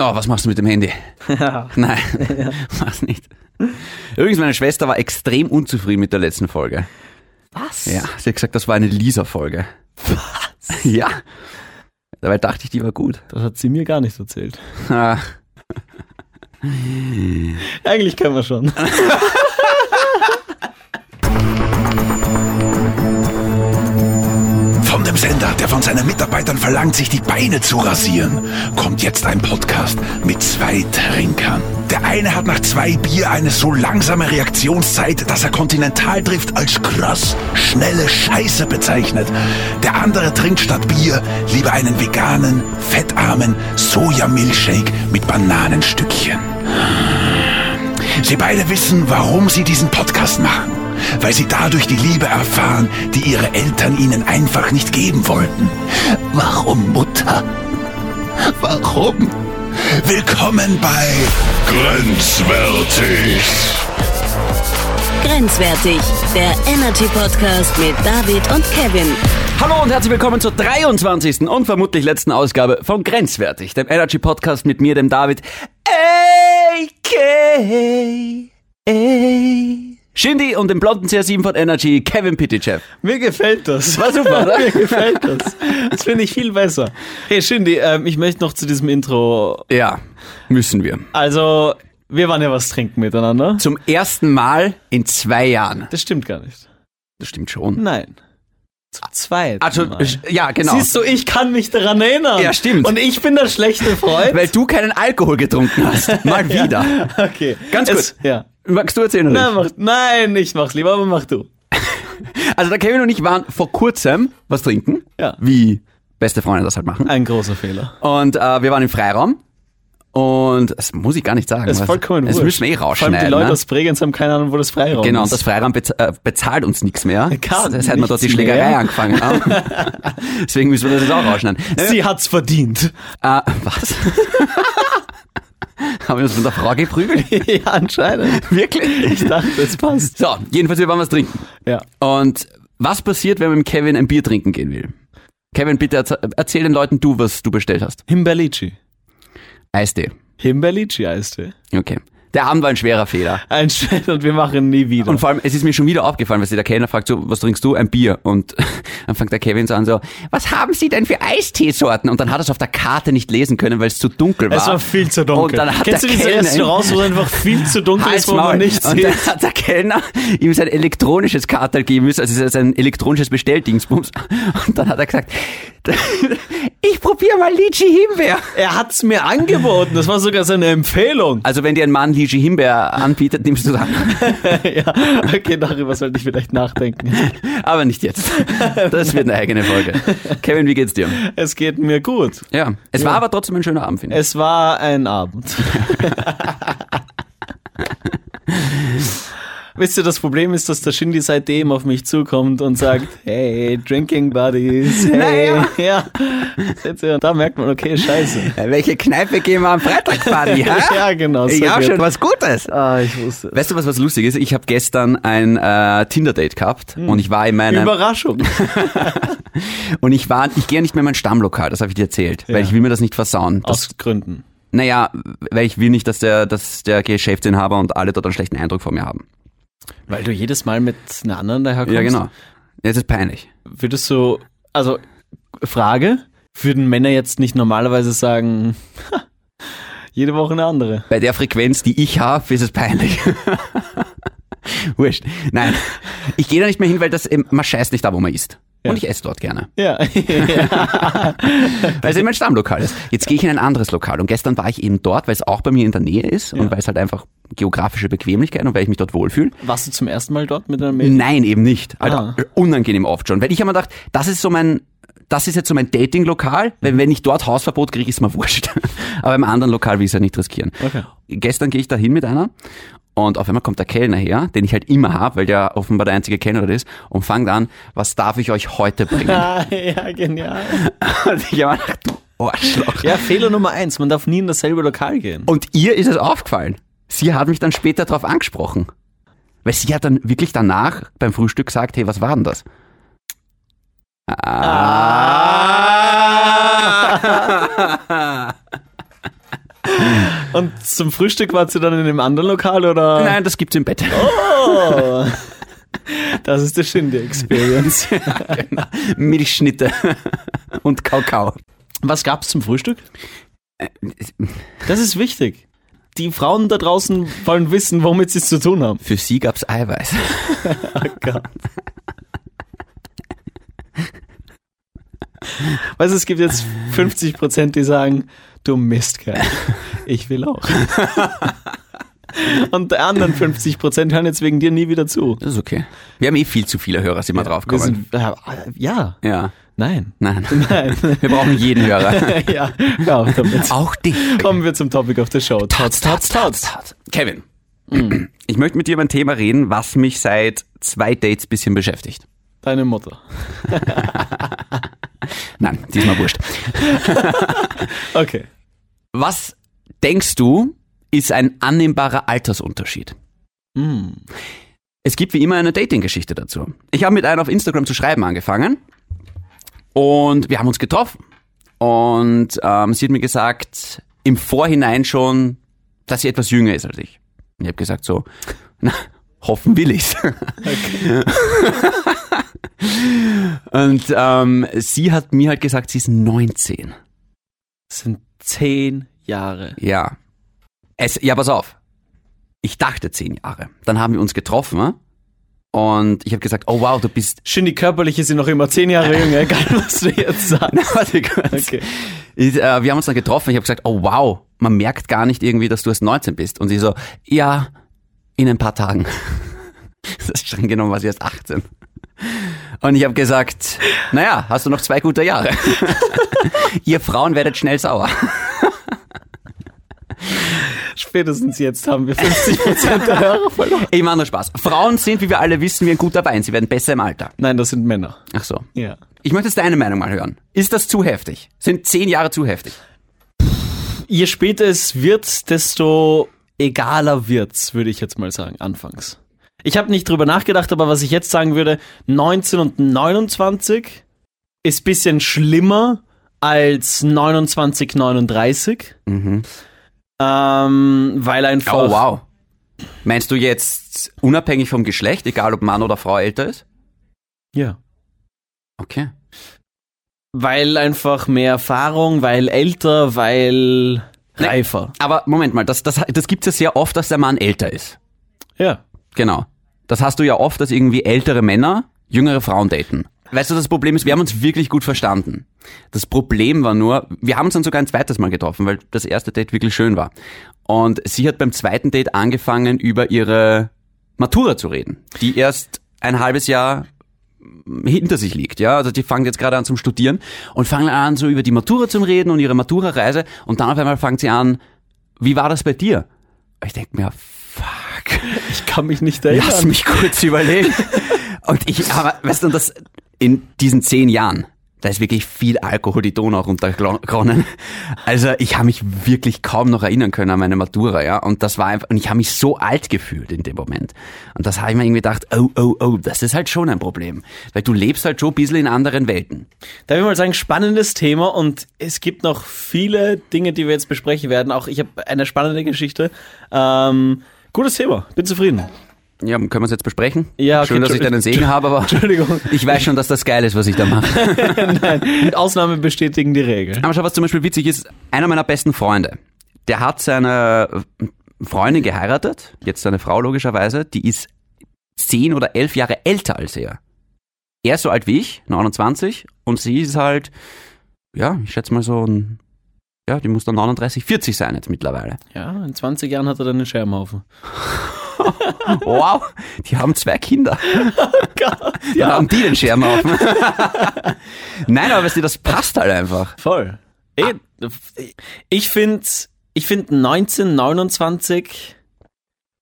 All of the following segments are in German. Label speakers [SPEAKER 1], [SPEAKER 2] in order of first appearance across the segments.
[SPEAKER 1] Oh, was machst du mit dem Handy? Nein, mach's nicht. Übrigens, meine Schwester war extrem unzufrieden mit der letzten Folge.
[SPEAKER 2] Was?
[SPEAKER 1] Ja, sie hat gesagt, das war eine Lisa-Folge. Was? Ja. Dabei dachte ich, die war gut.
[SPEAKER 2] Das hat sie mir gar nicht erzählt.
[SPEAKER 1] Ah,
[SPEAKER 2] Eigentlich können wir schon.
[SPEAKER 3] Von dem Sender, der von seinen Mitarbeitern verlangt, sich die Beine zu rasieren, kommt jetzt ein Podcast mit zwei Trinkern. Der eine hat nach zwei Bier eine so langsame Reaktionszeit, dass er Kontinental trifft als krass schnelle Scheiße bezeichnet. Der andere trinkt statt Bier lieber einen veganen, fettarmen Sojamilchshake mit Bananenstückchen. Sie beide wissen, warum sie diesen Podcast machen. Weil sie dadurch die Liebe erfahren, die ihre Eltern ihnen einfach nicht geben wollten. Warum, Mutter? Warum? Willkommen bei Grenzwertig.
[SPEAKER 4] Grenzwertig, der Energy Podcast mit David und Kevin.
[SPEAKER 1] Hallo und herzlich willkommen zur 23. und vermutlich letzten Ausgabe von Grenzwertig, dem Energy Podcast mit mir, dem David. A.K.A. Shindy und dem blonden CR7 von Energy, Kevin Pitychev.
[SPEAKER 2] Mir gefällt das.
[SPEAKER 1] War super, oder?
[SPEAKER 2] Mir gefällt das. Das finde ich viel besser. Hey Shindy, ähm, ich möchte noch zu diesem Intro.
[SPEAKER 1] Ja, müssen wir.
[SPEAKER 2] Also, wir waren ja was trinken miteinander.
[SPEAKER 1] Zum ersten Mal in zwei Jahren.
[SPEAKER 2] Das stimmt gar nicht.
[SPEAKER 1] Das stimmt schon.
[SPEAKER 2] Nein. Zu zweit.
[SPEAKER 1] Also, ja, genau.
[SPEAKER 2] Siehst du, ich kann mich daran erinnern.
[SPEAKER 1] Ja, stimmt.
[SPEAKER 2] Und ich bin der schlechte Freund.
[SPEAKER 1] Weil du keinen Alkohol getrunken hast. Mal wieder.
[SPEAKER 2] Okay.
[SPEAKER 1] Ganz
[SPEAKER 2] Es-
[SPEAKER 1] kurz.
[SPEAKER 2] Ja.
[SPEAKER 1] Magst du erzählen? oder
[SPEAKER 2] Nein, mach, nein, ich mach's lieber, aber mach du.
[SPEAKER 1] ich? Also, der Kevin und ich waren vor kurzem was trinken.
[SPEAKER 2] Ja.
[SPEAKER 1] Wie beste Freunde das halt machen.
[SPEAKER 2] Ein großer Fehler.
[SPEAKER 1] Und äh, wir waren im Freiraum. Und das muss ich gar nicht sagen.
[SPEAKER 2] Das ist
[SPEAKER 1] was-
[SPEAKER 2] vollkommen
[SPEAKER 1] Das
[SPEAKER 2] wurscht.
[SPEAKER 1] müssen wir eh
[SPEAKER 2] Vor allem
[SPEAKER 1] rausschneiden.
[SPEAKER 2] die Leute
[SPEAKER 1] ne?
[SPEAKER 2] aus Bregenz haben keine Ahnung, wo das Freiraum
[SPEAKER 1] Genau,
[SPEAKER 2] ist.
[SPEAKER 1] und das Freiraum bez äh, bezahlt uns nichts mehr.
[SPEAKER 2] Gar
[SPEAKER 1] das hat man dort die
[SPEAKER 2] nichts
[SPEAKER 1] Schlägerei
[SPEAKER 2] mehr.
[SPEAKER 1] angefangen. haben. Deswegen müssen wir das jetzt auch rausschneiden.
[SPEAKER 2] Sie hat's verdient.
[SPEAKER 1] Äh, was? Haben wir uns von der Frau geprügelt?
[SPEAKER 2] ja, anscheinend.
[SPEAKER 1] Wirklich?
[SPEAKER 2] Ich dachte, das passt.
[SPEAKER 1] So, jedenfalls, wir waren was trinken.
[SPEAKER 2] Ja.
[SPEAKER 1] Und was passiert, wenn man mit Kevin ein Bier trinken gehen will? Kevin, bitte erz- erzähl den Leuten du, was du bestellt hast.
[SPEAKER 2] Himberlici.
[SPEAKER 1] Eistee.
[SPEAKER 2] Himberlici heißt er.
[SPEAKER 1] Okay. Der Abend war ein schwerer Fehler.
[SPEAKER 2] Ein Schwert und wir machen nie wieder.
[SPEAKER 1] Und vor allem, es ist mir schon wieder aufgefallen, weil sie der Kellner fragt so, was trinkst du? Ein Bier. Und dann fängt der Kevin so an so, was haben Sie denn für Eisteesorten? Und dann hat er es auf der Karte nicht lesen können, weil es zu dunkel war.
[SPEAKER 2] es war viel zu dunkel.
[SPEAKER 1] Und dann hat
[SPEAKER 2] Kennst
[SPEAKER 1] der
[SPEAKER 2] du diese
[SPEAKER 1] Kellner
[SPEAKER 2] Restaurants, wo es einfach viel zu dunkel ist,
[SPEAKER 1] Halt's
[SPEAKER 2] wo man
[SPEAKER 1] Maul.
[SPEAKER 2] nichts
[SPEAKER 1] Und
[SPEAKER 2] sieht?
[SPEAKER 1] dann hat der Kellner ihm sein elektronisches Kartel geben müssen, also sein elektronisches Bestelldingsbums. Und dann hat er gesagt, ich probiere mal Litschi Himbeer.
[SPEAKER 2] Er hat's mir angeboten. Das war sogar seine Empfehlung.
[SPEAKER 1] Also wenn dir ein Mann Litschi Himbeer anbietet, nimmst du es an.
[SPEAKER 2] ja, okay, darüber sollte ich vielleicht nachdenken.
[SPEAKER 1] Aber nicht jetzt. Das wird eine eigene Folge. Kevin, wie geht's dir?
[SPEAKER 2] Es geht mir gut.
[SPEAKER 1] Ja, es war aber trotzdem ein schöner Abend, finde ich.
[SPEAKER 2] Es war ein Abend. Wisst ihr, das Problem ist, dass der Shindy seitdem auf mich zukommt und sagt, hey, Drinking Buddies, hey,
[SPEAKER 1] Naja.
[SPEAKER 2] ja. Seht ihr, Und da merkt man, okay, scheiße.
[SPEAKER 1] Äh, Welche Kneipe gehen wir am Freitag, Buddy? hä?
[SPEAKER 2] Ja, genau, so
[SPEAKER 1] Ich hab
[SPEAKER 2] gut.
[SPEAKER 1] schon was Gutes.
[SPEAKER 2] Ah, ich wusste.
[SPEAKER 1] Weißt du, was, was lustig ist? Ich habe gestern ein äh, Tinder-Date gehabt und ich war in meinem
[SPEAKER 2] Überraschung.
[SPEAKER 1] und ich war, ich gehe ja nicht mehr in mein Stammlokal, das habe ich dir erzählt, weil ich will mir das nicht versauen. Das,
[SPEAKER 2] Aus Gründen.
[SPEAKER 1] naja, weil ich will nicht, dass der, dass der Geschäftsinhaber und alle dort einen schlechten Eindruck von mir haben.
[SPEAKER 2] Weil du jedes Mal mit einer anderen daherkommst.
[SPEAKER 1] Ja, genau. Es ist peinlich.
[SPEAKER 2] Würdest du, also, Frage, würden Männer jetzt nicht normalerweise sagen, jede Woche eine andere?
[SPEAKER 1] Bei der Frequenz, die ich habe, ist es peinlich. Wurscht. Nein, ich gehe da nicht mehr hin, weil das, ähm, man scheißt nicht da, wo man isst. Und ich esse dort gerne.
[SPEAKER 2] Ja.
[SPEAKER 1] Weil es eben ein Stammlokal ist. Jetzt gehe ich in ein anderes Lokal und gestern war ich eben dort, weil es auch bei mir in der Nähe ist und weil es halt einfach geografische Bequemlichkeit und weil ich mich dort wohlfühle.
[SPEAKER 2] Warst du zum ersten Mal dort mit einer Mädchen?
[SPEAKER 1] Nein, eben nicht. Alter,
[SPEAKER 2] Ah.
[SPEAKER 1] unangenehm oft schon. Weil ich habe mir gedacht, das ist so mein, das ist jetzt so mein Dating-Lokal, weil wenn ich dort Hausverbot kriege, ist mir wurscht. Aber im anderen Lokal will ich es ja nicht riskieren.
[SPEAKER 2] Okay.
[SPEAKER 1] Gestern gehe ich da hin mit einer und auf einmal kommt der Kellner her, den ich halt immer habe, weil der offenbar der einzige Kellner dort ist und fängt an, was darf ich euch heute bringen?
[SPEAKER 2] Ah, ja, genial.
[SPEAKER 1] und ich habe mir gedacht, du Arschloch.
[SPEAKER 2] Ja, Fehler Nummer eins, man darf nie in dasselbe Lokal gehen.
[SPEAKER 1] Und ihr ist es aufgefallen. Sie hat mich dann später darauf angesprochen. Weil sie hat dann wirklich danach beim Frühstück gesagt, hey, was war denn das? Ah.
[SPEAKER 2] Und zum Frühstück wart ihr dann in einem anderen Lokal oder?
[SPEAKER 1] Nein, das gibt's im Bett.
[SPEAKER 2] Oh, das ist die Schinde-Experience.
[SPEAKER 1] Milchschnitte und Kakao.
[SPEAKER 2] Was gab's zum Frühstück?
[SPEAKER 1] es-
[SPEAKER 2] Das ist wichtig. Die Frauen da draußen wollen wissen, womit sie es zu tun haben.
[SPEAKER 1] Für sie gab's Eiweiß.
[SPEAKER 2] Weißt du, es gibt jetzt 50 Prozent, die sagen, du Mistkerl, ich will auch. Und die anderen 50 Prozent hören jetzt wegen dir nie wieder zu.
[SPEAKER 1] Das ist okay. Wir haben eh viel zu viele Hörer, sind wir
[SPEAKER 2] Wir
[SPEAKER 1] draufgekommen.
[SPEAKER 2] sind, äh, ja,
[SPEAKER 1] ja,
[SPEAKER 2] nein.
[SPEAKER 1] nein.
[SPEAKER 2] Nein.
[SPEAKER 1] Wir brauchen jeden Hörer.
[SPEAKER 2] ja, hör auf damit.
[SPEAKER 1] Auch dich.
[SPEAKER 2] Kommen wir zum Topic of the Show. Tots, tots, tots.
[SPEAKER 1] Kevin, ich möchte mit dir über ein Thema reden, was mich seit zwei Dates bisschen beschäftigt.
[SPEAKER 2] Deine Mutter.
[SPEAKER 1] Nein, diesmal wurscht.
[SPEAKER 2] Okay.
[SPEAKER 1] Was denkst du, ist ein annehmbarer Altersunterschied? Es gibt wie immer eine Dating-Geschichte dazu. Ich habe mit einer auf Instagram zu schreiben angefangen und wir haben uns getroffen. Und ähm, sie hat mir gesagt, im Vorhinein schon, dass sie etwas jünger ist als ich. Und ich habe gesagt so, na, hoffen will ich's. und ähm, sie hat mir halt gesagt, sie ist 19.
[SPEAKER 2] Das sind zehn Jahre.
[SPEAKER 1] Ja. Es, ja, pass auf. Ich dachte zehn Jahre. Dann haben wir uns getroffen ne? und ich habe gesagt, oh wow, du bist.
[SPEAKER 2] Schön, die körperliche sind noch immer zehn Jahre jünger, egal was du jetzt sagst.
[SPEAKER 1] Warte kurz.
[SPEAKER 2] Okay.
[SPEAKER 1] Ich, äh, wir haben uns dann getroffen. Ich habe gesagt, oh wow, man merkt gar nicht irgendwie, dass du erst 19 bist. Und sie so, ja, in ein paar Tagen. Das ist streng genommen, war sie erst 18. Und ich habe gesagt, naja, hast du noch zwei gute Jahre. Ihr Frauen werdet schnell sauer.
[SPEAKER 2] Spätestens jetzt haben wir 50 Prozent der Hörer verloren.
[SPEAKER 1] Ich mache nur Spaß. Frauen sind, wie wir alle wissen, wie ein guter Wein. Sie werden besser im Alter.
[SPEAKER 2] Nein, das sind Männer.
[SPEAKER 1] Ach so.
[SPEAKER 2] Ja.
[SPEAKER 1] Ich möchte jetzt deine Meinung mal hören. Ist das zu heftig? Sind zehn Jahre zu heftig?
[SPEAKER 2] Je später es wird, desto egaler wird's, würde ich jetzt mal sagen, anfangs. Ich habe nicht drüber nachgedacht, aber was ich jetzt sagen würde, 19 und 29 ist bisschen schlimmer als 29, 39. Ähm, weil einfach.
[SPEAKER 1] Mhm. Oh, wow. Meinst du jetzt unabhängig vom Geschlecht, egal ob Mann oder Frau älter ist?
[SPEAKER 2] Ja.
[SPEAKER 1] Okay.
[SPEAKER 2] Weil einfach mehr Erfahrung, weil älter, weil reifer.
[SPEAKER 1] Aber Moment mal, das, das, das gibt es ja sehr oft, dass der Mann älter ist.
[SPEAKER 2] Ja.
[SPEAKER 1] Genau. Das hast du ja oft, dass irgendwie ältere Männer jüngere Frauen daten. Weißt du, das Problem ist, wir haben uns wirklich gut verstanden. Das Problem war nur, wir haben uns dann sogar ein zweites Mal getroffen, weil das erste Date wirklich schön war. Und sie hat beim zweiten Date angefangen, über ihre Matura zu reden, die erst ein halbes Jahr hinter sich liegt, ja. Also die fangen jetzt gerade an zum Studieren und fangen an, so über die Matura zu reden und ihre Matura-Reise und dann auf einmal fangen sie an, wie war das bei dir? Ich denke mir, fuck.
[SPEAKER 2] Ich kann mich nicht
[SPEAKER 1] Lass mich kurz überlegen. Und ich, aber, weißt du, und das in diesen zehn Jahren, da ist wirklich viel Alkohol die Donau runtergeronnen. Also ich habe mich wirklich kaum noch erinnern können an meine Matura, ja. Und das war einfach, und ich habe mich so alt gefühlt in dem Moment. Und das habe ich mir irgendwie gedacht, oh, oh, oh, das ist halt schon ein Problem. Weil du lebst halt schon ein bisschen in anderen Welten.
[SPEAKER 2] Darf ich mal sagen, spannendes Thema und es gibt noch viele Dinge, die wir jetzt besprechen werden. Auch ich habe eine spannende Geschichte. Ähm, gutes Thema, bin zufrieden.
[SPEAKER 1] Ja, können wir es jetzt besprechen?
[SPEAKER 2] Ja, okay,
[SPEAKER 1] Schön, dass ich
[SPEAKER 2] Entschuldigung.
[SPEAKER 1] deinen Segen habe, aber
[SPEAKER 2] Entschuldigung.
[SPEAKER 1] ich weiß schon, dass das geil ist, was ich da mache.
[SPEAKER 2] Mit Ausnahme bestätigen die Regel.
[SPEAKER 1] Aber schau, was zum Beispiel witzig ist, einer meiner besten Freunde, der hat seine Freundin geheiratet, jetzt seine Frau logischerweise, die ist zehn oder elf Jahre älter als er. Er ist so alt wie ich, 29, und sie ist halt, ja, ich schätze mal so ein, ja, die muss dann 39, 40 sein jetzt mittlerweile.
[SPEAKER 2] Ja, in 20 Jahren hat er dann einen Scherbenhaufen.
[SPEAKER 1] Wow, die haben zwei Kinder. Dann haben die den Schirm auf. Nein, aber weißt du, das passt halt einfach.
[SPEAKER 2] Voll.
[SPEAKER 1] Ah.
[SPEAKER 2] Ey, ich finde ich find 1929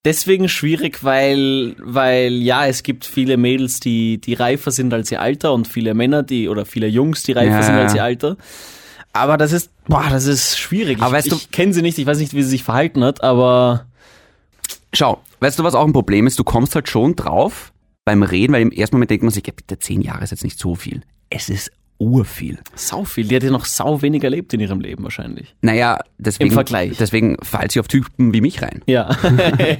[SPEAKER 2] deswegen schwierig, weil, weil ja, es gibt viele Mädels, die, die reifer sind als ihr Alter und viele Männer, die oder viele Jungs, die reifer
[SPEAKER 1] Ja,
[SPEAKER 2] sind
[SPEAKER 1] ja.
[SPEAKER 2] als ihr Alter. Aber das ist, boah, das ist schwierig.
[SPEAKER 1] Aber
[SPEAKER 2] ich
[SPEAKER 1] weißt du-
[SPEAKER 2] ich kenne sie nicht, ich weiß nicht, wie sie sich verhalten hat, aber
[SPEAKER 1] Schau, weißt du, was auch ein Problem ist? Du kommst halt schon drauf beim Reden, weil im ersten Moment denkt man sich, ja bitte, zehn Jahre ist jetzt nicht so viel. Es ist urviel.
[SPEAKER 2] Sau viel. Die hat ja noch sau wenig erlebt in ihrem Leben wahrscheinlich.
[SPEAKER 1] Naja, deswegen,
[SPEAKER 2] Im Vergleich.
[SPEAKER 1] deswegen fallt sie auf Typen wie mich rein.
[SPEAKER 2] Ja.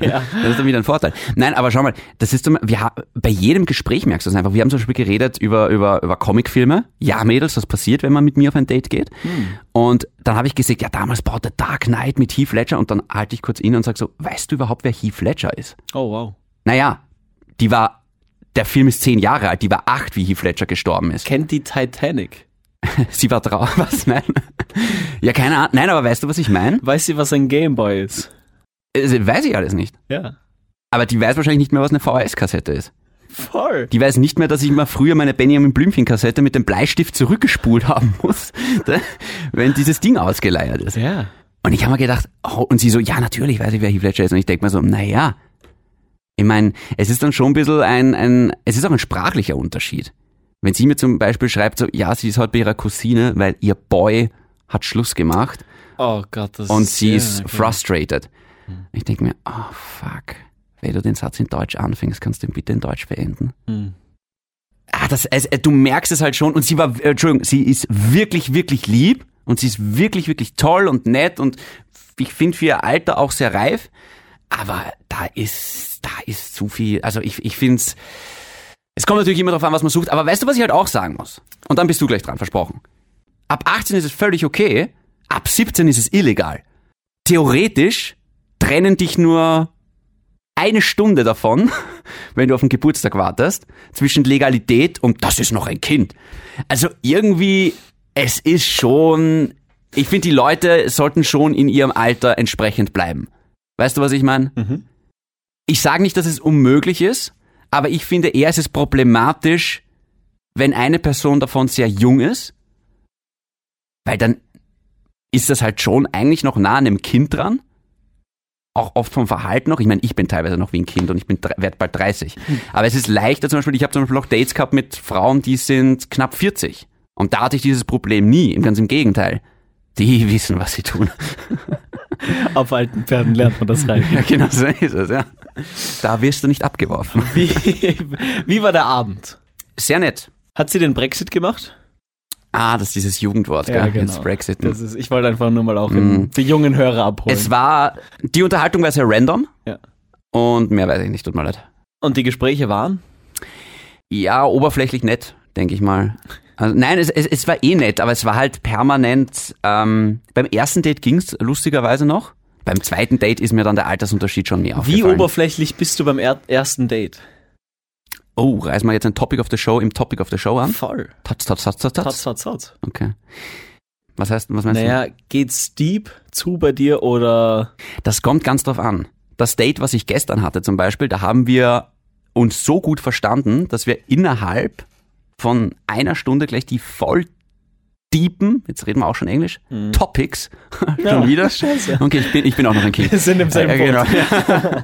[SPEAKER 2] ja.
[SPEAKER 1] Das ist dann wieder ein Vorteil. Nein, aber schau mal, das ist zum, wir, ha- bei jedem Gespräch merkst du es einfach. Wir haben zum Beispiel geredet über, über, über Comicfilme. Ja, Mädels, was passiert, wenn man mit mir auf ein Date geht?
[SPEAKER 2] Hm.
[SPEAKER 1] Und dann habe ich gesagt, ja, damals baut der Dark Knight mit Heath Ledger und dann halte ich kurz inne und sage so, weißt du überhaupt, wer Heath Ledger ist?
[SPEAKER 2] Oh wow.
[SPEAKER 1] Naja, die war, der Film ist zehn Jahre alt, die war acht, wie Heath Ledger gestorben ist.
[SPEAKER 2] Kennt die Titanic?
[SPEAKER 1] Sie war drauf, was? Nein. Ja, keine Ahnung. Nein, aber weißt du, was ich meine?
[SPEAKER 2] Weiß sie, was ein Gameboy ist?
[SPEAKER 1] Äh, Weiß ich alles nicht.
[SPEAKER 2] Ja.
[SPEAKER 1] Aber die weiß wahrscheinlich nicht mehr, was eine VHS-Kassette ist.
[SPEAKER 2] Voll.
[SPEAKER 1] Die weiß nicht mehr, dass ich mal früher meine Benjamin Blümchen-Kassette mit dem Bleistift zurückgespult haben muss, da- wenn dieses Ding ausgeleiert ist.
[SPEAKER 2] Ja.
[SPEAKER 1] Und ich habe mir gedacht, oh, und sie so, ja, natürlich weiß ich, wer Heath Ledger ist. Und ich denke mir so, naja, ich meine, es ist dann schon ein bisschen ein, ein, es ist auch ein sprachlicher Unterschied. Wenn sie mir zum Beispiel schreibt, so, ja, sie ist heute bei ihrer Cousine, weil ihr Boy hat Schluss gemacht
[SPEAKER 2] Oh Gott, das
[SPEAKER 1] und sie
[SPEAKER 2] ja,
[SPEAKER 1] ist
[SPEAKER 2] okay.
[SPEAKER 1] frustrated.
[SPEAKER 2] Hm.
[SPEAKER 1] Ich denke mir, oh fuck, wenn du den Satz in Deutsch anfängst, kannst du ihn bitte in Deutsch beenden.
[SPEAKER 2] Hm.
[SPEAKER 1] Ah, das, es, äh, du merkst es halt schon und sie war, äh, Entschuldigung, sie ist wirklich, wirklich lieb und sie ist wirklich, wirklich toll und nett und ich finde für ihr Alter auch sehr reif, aber da ist, da ist zu viel, also ich, ich finde es, es kommt natürlich immer darauf an, was man sucht, aber weißt du, was ich halt auch sagen muss? Und dann bist du gleich dran, versprochen. Ab 18 ist es völlig okay, ab 17 ist es illegal. Theoretisch trennen dich nur eine Stunde davon, wenn du auf den Geburtstag wartest, zwischen Legalität und das ist noch ein Kind. Also irgendwie, es ist schon, ich finde, die Leute sollten schon in ihrem Alter entsprechend bleiben. Weißt du, was ich meine?
[SPEAKER 2] Mhm.
[SPEAKER 1] Ich sage nicht, dass es unmöglich ist, aber ich finde eher, es ist problematisch, wenn eine Person davon sehr jung ist, weil dann ist das halt schon eigentlich noch nah an einem Kind dran auch oft vom Verhalten noch. Ich meine, ich bin teilweise noch wie ein Kind und ich bin werde bald 30.
[SPEAKER 2] Hm.
[SPEAKER 1] Aber es ist leichter zum Beispiel, ich habe zum Beispiel auch Dates gehabt mit Frauen, die sind knapp 40. Und da hatte ich dieses Problem nie. Im ganz im Gegenteil. Die wissen, was sie tun.
[SPEAKER 2] Auf alten Pferden lernt man das rein.
[SPEAKER 1] Ja, genau so ist es, ja. Da wirst du nicht abgeworfen.
[SPEAKER 2] Wie, wie war der Abend?
[SPEAKER 1] Sehr nett.
[SPEAKER 2] Hat sie den Brexit gemacht?
[SPEAKER 1] Ah, das ist dieses Jugendwort,
[SPEAKER 2] Ja,
[SPEAKER 1] gell?
[SPEAKER 2] genau.
[SPEAKER 1] Das Brexit. Mm.
[SPEAKER 2] Das ist, ich wollte einfach nur mal auch in- die jungen Hörer abholen.
[SPEAKER 1] Es war, die Unterhaltung war sehr random.
[SPEAKER 2] Ja.
[SPEAKER 1] Und mehr weiß ich nicht, tut mir leid.
[SPEAKER 2] und die Gespräche waren?
[SPEAKER 1] Ja, oberflächlich nett, denke ich mal. Also, nein, es, es, es war eh nett, aber es war halt permanent. Ähm, beim ersten Date ging's lustigerweise noch. Beim zweiten Date ist mir dann der Altersunterschied schon mehr
[SPEAKER 2] Wie
[SPEAKER 1] aufgefallen.
[SPEAKER 2] oberflächlich bist du beim er ersten Date?
[SPEAKER 1] oh, reißen wir jetzt ein Topic of the Show im Topic of the Show an?
[SPEAKER 2] Voll.
[SPEAKER 1] Tots, tots, tots, tots,
[SPEAKER 2] Tatz,
[SPEAKER 1] tots.
[SPEAKER 2] tatz, tatz.
[SPEAKER 1] Okay. Was heißt, was meinst
[SPEAKER 2] Naja, geht's deep zu bei dir oder
[SPEAKER 1] du? Das kommt ganz drauf an. Das Date, was ich gestern hatte zum Beispiel, da haben wir uns so gut verstanden, dass wir innerhalb von einer Stunde gleich die voll deepen, jetzt reden wir auch schon Englisch, Topics, schon
[SPEAKER 2] Mhm. Ja.
[SPEAKER 1] wieder,
[SPEAKER 2] Scheiße.
[SPEAKER 1] Okay, ich bin, ich bin auch noch ein Kind.
[SPEAKER 2] Wir sind im selben
[SPEAKER 1] Äh, genau.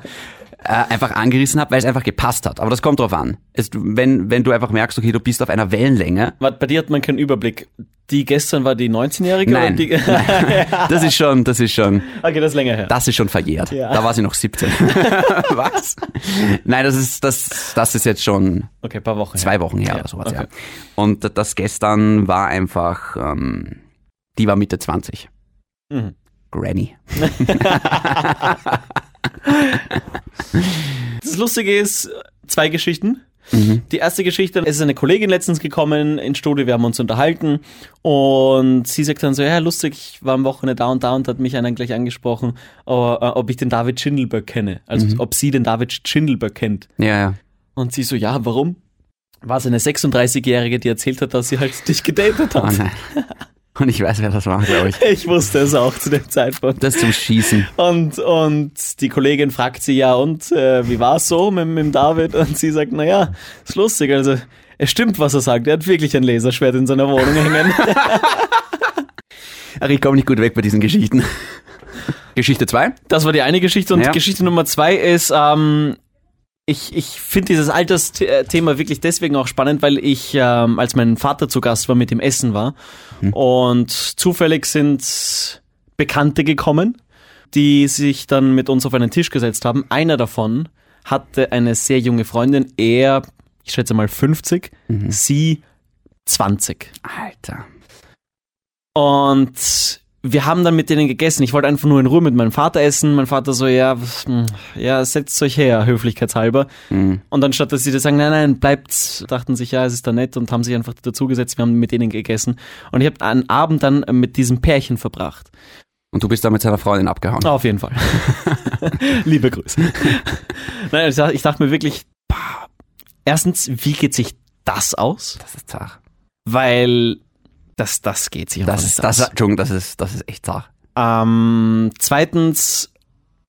[SPEAKER 1] Äh, einfach angerissen habe, weil es einfach gepasst hat. Aber das kommt drauf an. Es, wenn, wenn du einfach merkst, okay, du bist auf einer Wellenlänge,
[SPEAKER 2] Was, bei dir hat man keinen Überblick. Die gestern war die 19-Jährige? oder
[SPEAKER 1] Nein.
[SPEAKER 2] Die,
[SPEAKER 1] das ist schon, das ist schon,
[SPEAKER 2] okay, das ist länger her.
[SPEAKER 1] das ist schon verjährt.
[SPEAKER 2] Ja.
[SPEAKER 1] Da war sie noch 17. Was? Nein, das ist, das, das ist jetzt schon
[SPEAKER 2] Okay, paar Wochen her.
[SPEAKER 1] zwei Wochen her
[SPEAKER 2] Ja,
[SPEAKER 1] oder sowas, ja.
[SPEAKER 2] okay.
[SPEAKER 1] Und das gestern war einfach, ähm, die war Mitte 20.
[SPEAKER 2] Mhm.
[SPEAKER 1] Granny.
[SPEAKER 2] Das Lustige ist, zwei Geschichten.
[SPEAKER 1] Mhm.
[SPEAKER 2] Die erste Geschichte, es ist eine Kollegin letztens gekommen ins Studio, wir haben uns unterhalten und sie sagt dann so, ja lustig, ich war am Wochenende da und da und hat mich einer gleich angesprochen, äh, ob ich den David Schindelberg kenne, also
[SPEAKER 1] Mhm.
[SPEAKER 2] ob sie den David Schindelberg kennt.
[SPEAKER 1] Ja, ja.
[SPEAKER 2] Und sie so, ja, warum? War es eine 36-Jährige, die erzählt hat, dass sie halt dich gedatet
[SPEAKER 1] Oh,
[SPEAKER 2] hat.
[SPEAKER 1] nein. Und ich weiß, wer das war, glaube ich.
[SPEAKER 2] ich wusste es auch zu dem Zeitpunkt.
[SPEAKER 1] Das zum Schießen.
[SPEAKER 2] Und, und die Kollegin fragt sie ja, und äh, wie war's so mit, mit dem David? Und sie sagt, naja, ist lustig, also es stimmt, was er sagt. Er hat wirklich ein Laserschwert in seiner Wohnung hängen.
[SPEAKER 1] Ach, Also ich komme nicht gut weg bei diesen Geschichten. Geschichte 2?
[SPEAKER 2] Das war die eine Geschichte. Und
[SPEAKER 1] Ja.
[SPEAKER 2] Geschichte Nummer zwei ist, ähm, ich, ich finde dieses Altersthema wirklich deswegen auch spannend, weil ich, ähm, als mein Vater zu Gast war, mit ihm essen war. Und zufällig sind Bekannte gekommen, die sich dann mit uns auf einen Tisch gesetzt haben. Einer davon hatte eine sehr junge Freundin, er, ich schätze mal 50, sie 20.
[SPEAKER 1] Alter.
[SPEAKER 2] Und wir haben dann mit denen gegessen. Ich wollte einfach nur in Ruhe mit meinem Vater essen. Mein Vater so, ja, was, hm, ja, setzt euch her, höflichkeitshalber.
[SPEAKER 1] Hm.
[SPEAKER 2] Und anstatt, dass sie das sagen, nein, nein, bleibt, dachten sich, ja, es ist da nett und haben sich einfach dazugesetzt. Wir haben mit denen gegessen. Und ich habe einen Abend dann mit diesem Pärchen verbracht. Ah,
[SPEAKER 1] Und du bist da mit seiner Freundin abgehauen.
[SPEAKER 2] Auf jeden Fall. Liebe Grüße. Nein, ich, sag- ich dachte mir wirklich, bah, erstens, wie geht sich das aus?
[SPEAKER 1] Das ist zart.
[SPEAKER 2] Weil das, das geht sich
[SPEAKER 1] Das
[SPEAKER 2] einfach
[SPEAKER 1] ist,
[SPEAKER 2] nicht
[SPEAKER 1] das,
[SPEAKER 2] aus.
[SPEAKER 1] Entschuldigung, das ist, das ist echt zart.
[SPEAKER 2] Ähm, zweitens,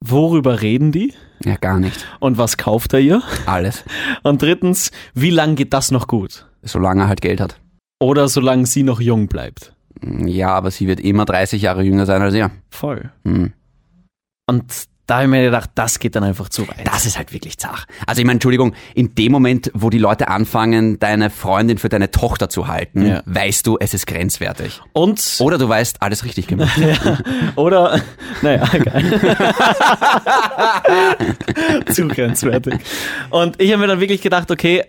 [SPEAKER 2] worüber reden die?
[SPEAKER 1] Ja, gar nicht.
[SPEAKER 2] Und was kauft er ihr?
[SPEAKER 1] Alles.
[SPEAKER 2] Und drittens, wie lange geht das noch gut?
[SPEAKER 1] Solange er halt Geld hat.
[SPEAKER 2] Oder solange sie noch jung bleibt.
[SPEAKER 1] Ja, aber sie wird immer 30 Jahre jünger sein als er.
[SPEAKER 2] Voll.
[SPEAKER 1] Hm.
[SPEAKER 2] Und da habe ich mir gedacht, das geht dann einfach zu weit.
[SPEAKER 1] Das ist halt wirklich zart. Also ich meine, Entschuldigung, in dem Moment, wo die Leute anfangen, deine Freundin für deine Tochter zu halten,
[SPEAKER 2] Ja.
[SPEAKER 1] weißt du, es ist grenzwertig.
[SPEAKER 2] Und,
[SPEAKER 1] Oder du weißt, alles richtig gemacht.
[SPEAKER 2] oder, naja, geil. zu grenzwertig. Und ich habe mir dann wirklich gedacht, okay,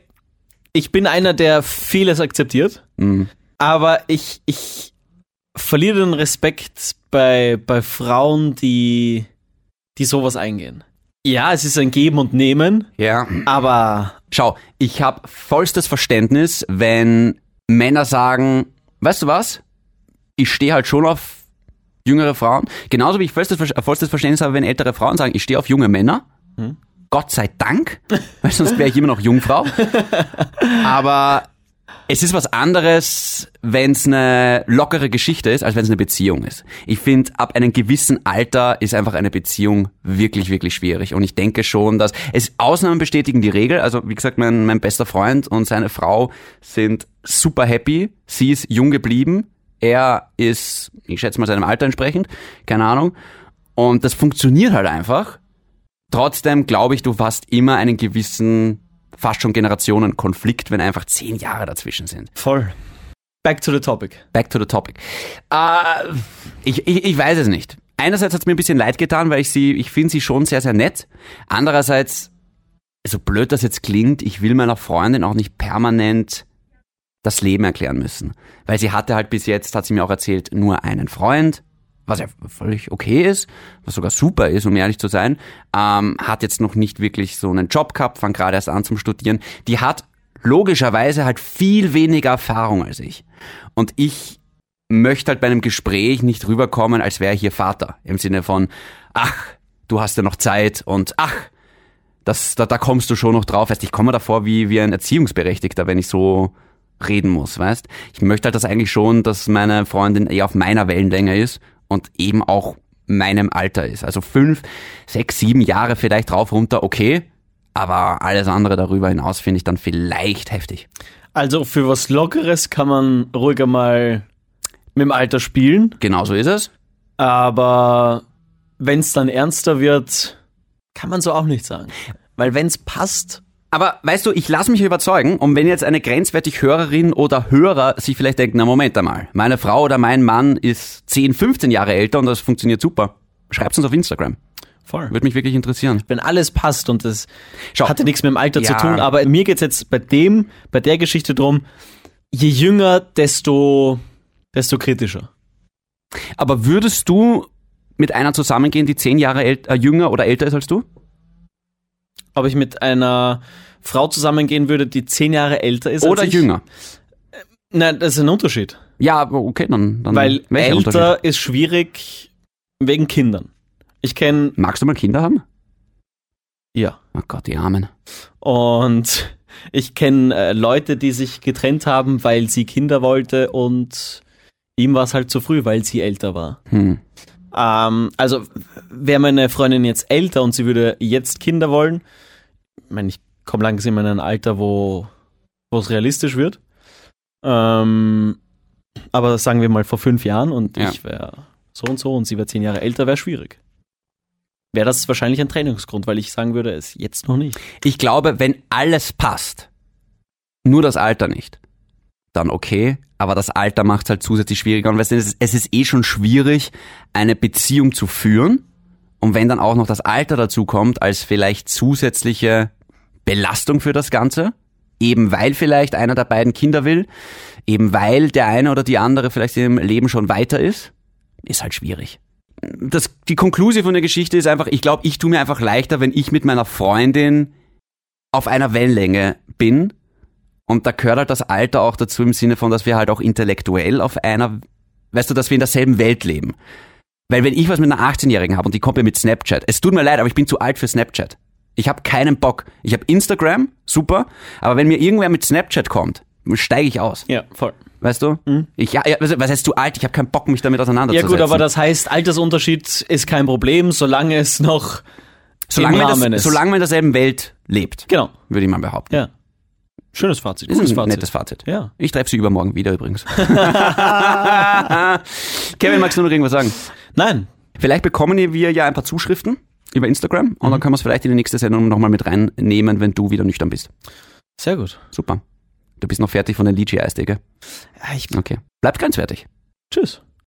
[SPEAKER 2] ich bin einer, der vieles akzeptiert.
[SPEAKER 1] Hm.
[SPEAKER 2] Aber ich, ich verliere den Respekt bei, bei Frauen, die, die sowas eingehen. Ja, es ist ein Geben und Nehmen,
[SPEAKER 1] Ja.
[SPEAKER 2] aber
[SPEAKER 1] Schau, ich habe vollstes Verständnis, wenn Männer sagen, weißt du was, ich stehe halt schon auf jüngere Frauen. Genauso wie ich vollstes, Ver- vollstes Verständnis habe, wenn ältere Frauen sagen, ich stehe auf junge Männer. Gott sei Dank, weil sonst wäre ich immer noch Jungfrau. Aber es ist was anderes, wenn es eine lockere Geschichte ist, als wenn es eine Beziehung ist. Ich finde, ab einem gewissen Alter ist einfach eine Beziehung wirklich, wirklich schwierig. Und ich denke schon, dass es Ausnahmen bestätigen die Regel. Also wie gesagt, mein, mein bester Freund und seine Frau sind super happy. Sie ist jung geblieben. Er ist, ich schätze mal, seinem Alter entsprechend. Keine Ahnung. Und das funktioniert halt einfach. Trotzdem glaube ich, du hast immer einen gewissen, fast schon Generationenkonflikt, wenn einfach zehn Jahre dazwischen sind.
[SPEAKER 2] voll. Back to the topic.
[SPEAKER 1] Back to the topic. Äh, ich, ich, ich weiß es nicht. Einerseits hat es mir ein bisschen leid getan, weil ich sie, ich finde sie schon sehr, sehr nett. Andererseits, so blöd das jetzt klingt, ich will meiner Freundin auch nicht permanent das Leben erklären müssen. Weil sie hatte halt bis jetzt, hat sie mir auch erzählt, nur einen Freund, was ja völlig okay ist, was sogar super ist, um ehrlich zu sein, ähm, hat jetzt noch nicht wirklich so einen Job gehabt, fang gerade erst an zum Studieren. Die hat logischerweise halt viel weniger Erfahrung als ich. Und ich möchte halt bei einem Gespräch nicht rüberkommen, als wäre ich ihr Vater. Im Sinne von, ach, du hast ja noch Zeit und ach, das, da, da kommst du schon noch drauf. Weißt, ich komme davor wie, wie ein Erziehungsberechtigter, wenn ich so reden muss, weißt? Ich möchte halt das eigentlich schon, dass meine Freundin eher auf meiner Wellenlänge ist und eben auch meinem Alter ist. Also fünf, sechs, sieben Jahre vielleicht drauf, runter, okay. Aber alles andere darüber hinaus finde ich dann vielleicht heftig.
[SPEAKER 2] Also für was Lockeres kann man ruhiger mal mit dem Alter spielen,
[SPEAKER 1] Genau so ist es.
[SPEAKER 2] aber wenn es dann ernster wird, kann man so auch nicht sagen. Weil wenn es passt,
[SPEAKER 1] Aber weißt du, ich lasse mich überzeugen, und wenn jetzt eine grenzwertig Hörerin oder Hörer sich vielleicht denkt, na Moment einmal, meine Frau oder mein Mann ist 10, 15 Jahre älter und das funktioniert super. Schreibt's uns auf Instagram.
[SPEAKER 2] voll.
[SPEAKER 1] Würde mich wirklich interessieren.
[SPEAKER 2] wenn alles passt und das
[SPEAKER 1] Schau.
[SPEAKER 2] hatte nichts mit dem Alter
[SPEAKER 1] Ja.
[SPEAKER 2] zu tun, aber mir geht's jetzt bei dem, bei der Geschichte drum, je jünger, desto, desto kritischer.
[SPEAKER 1] Aber würdest du mit einer zusammengehen, die 10 Jahre ält- äh, jünger oder älter ist als du?
[SPEAKER 2] Ob ich mit einer Frau zusammengehen würde, die zehn Jahre älter ist
[SPEAKER 1] Oder
[SPEAKER 2] als ich?
[SPEAKER 1] jünger?
[SPEAKER 2] Nein, das ist ein Unterschied.
[SPEAKER 1] Ja, aber okay, dann. dann
[SPEAKER 2] Weil
[SPEAKER 1] Hm. welcher Unterschied?
[SPEAKER 2] älter ist schwierig wegen Kindern. Ich kenne,
[SPEAKER 1] Magst du mal Kinder haben?
[SPEAKER 2] ja,
[SPEAKER 1] Oh Gott, die Armen.
[SPEAKER 2] und ich kenne äh, Leute, die sich getrennt haben, weil sie Kinder wollte und ihm war es halt zu früh, weil sie älter war.
[SPEAKER 1] Hm.
[SPEAKER 2] Ähm, also wäre meine Freundin jetzt älter und sie würde jetzt Kinder wollen, ich meine, ich komme langsam in ein Alter, wo wo es realistisch wird. Ähm, aber sagen wir mal vor fünf Jahren und
[SPEAKER 1] Ja.
[SPEAKER 2] ich wäre so und so und sie wäre zehn Jahre älter, wäre schwierig. Wäre das wahrscheinlich ein Trennungsgrund, weil ich sagen würde, es jetzt noch nicht.
[SPEAKER 1] Ich glaube, wenn alles passt, nur das Alter nicht, dann okay. Aber das Alter macht es halt zusätzlich schwieriger. Und weißt du, es ist, es ist eh schon schwierig, eine Beziehung zu führen. Und wenn dann auch noch das Alter dazu kommt, als vielleicht zusätzliche Belastung für das Ganze, eben weil vielleicht einer der beiden Kinder will, eben weil der eine oder die andere vielleicht im Leben schon weiter ist, ist halt schwierig. Das, die Konklusion von der Geschichte ist einfach, ich glaube, ich tue mir einfach leichter, wenn ich mit meiner Freundin auf einer Wellenlänge bin. Und da gehört halt das Alter auch dazu im Sinne von, dass wir halt auch intellektuell auf einer, weißt du, dass wir in derselben Welt leben. Weil wenn ich was mit einer 18-Jährigen habe und die kommt mir mit Snapchat, es tut mir leid, aber ich bin zu alt für Snapchat. Ich habe keinen Bock. Ich habe Instagram, super, aber wenn mir irgendwer mit Snapchat kommt, steige ich aus.
[SPEAKER 2] Ja, voll.
[SPEAKER 1] Weißt du? Ich, ja, ja, was was heißt zu alt? Ich habe keinen Bock, mich damit
[SPEAKER 2] Ja
[SPEAKER 1] auseinanderzusetzen.
[SPEAKER 2] gut, aber das heißt, Altersunterschied ist kein Problem, solange es noch
[SPEAKER 1] solange
[SPEAKER 2] im
[SPEAKER 1] man,
[SPEAKER 2] Rahmen
[SPEAKER 1] das,
[SPEAKER 2] ist.
[SPEAKER 1] solange man in derselben Welt lebt,
[SPEAKER 2] Genau,
[SPEAKER 1] würde ich mal behaupten.
[SPEAKER 2] ja. Schönes Fazit,
[SPEAKER 1] Das
[SPEAKER 2] gutes
[SPEAKER 1] ist ein
[SPEAKER 2] Fazit.
[SPEAKER 1] nettes Fazit.
[SPEAKER 2] Ja.
[SPEAKER 1] Ich treffe sie übermorgen wieder übrigens. Kevin, magst du noch irgendwas sagen?
[SPEAKER 2] Nein,
[SPEAKER 1] Vielleicht bekommen wir ja ein paar Zuschriften über Instagram und
[SPEAKER 2] Mhm.
[SPEAKER 1] dann können wir es vielleicht in die nächste Sendung nochmal mit reinnehmen, wenn du wieder nüchtern bist.
[SPEAKER 2] sehr gut.
[SPEAKER 1] Super. Du bist noch fertig von den Lychee-Eisdecke.
[SPEAKER 2] Ja, ich,
[SPEAKER 1] Okay. Bleibt grenzwertig.
[SPEAKER 2] tschüss.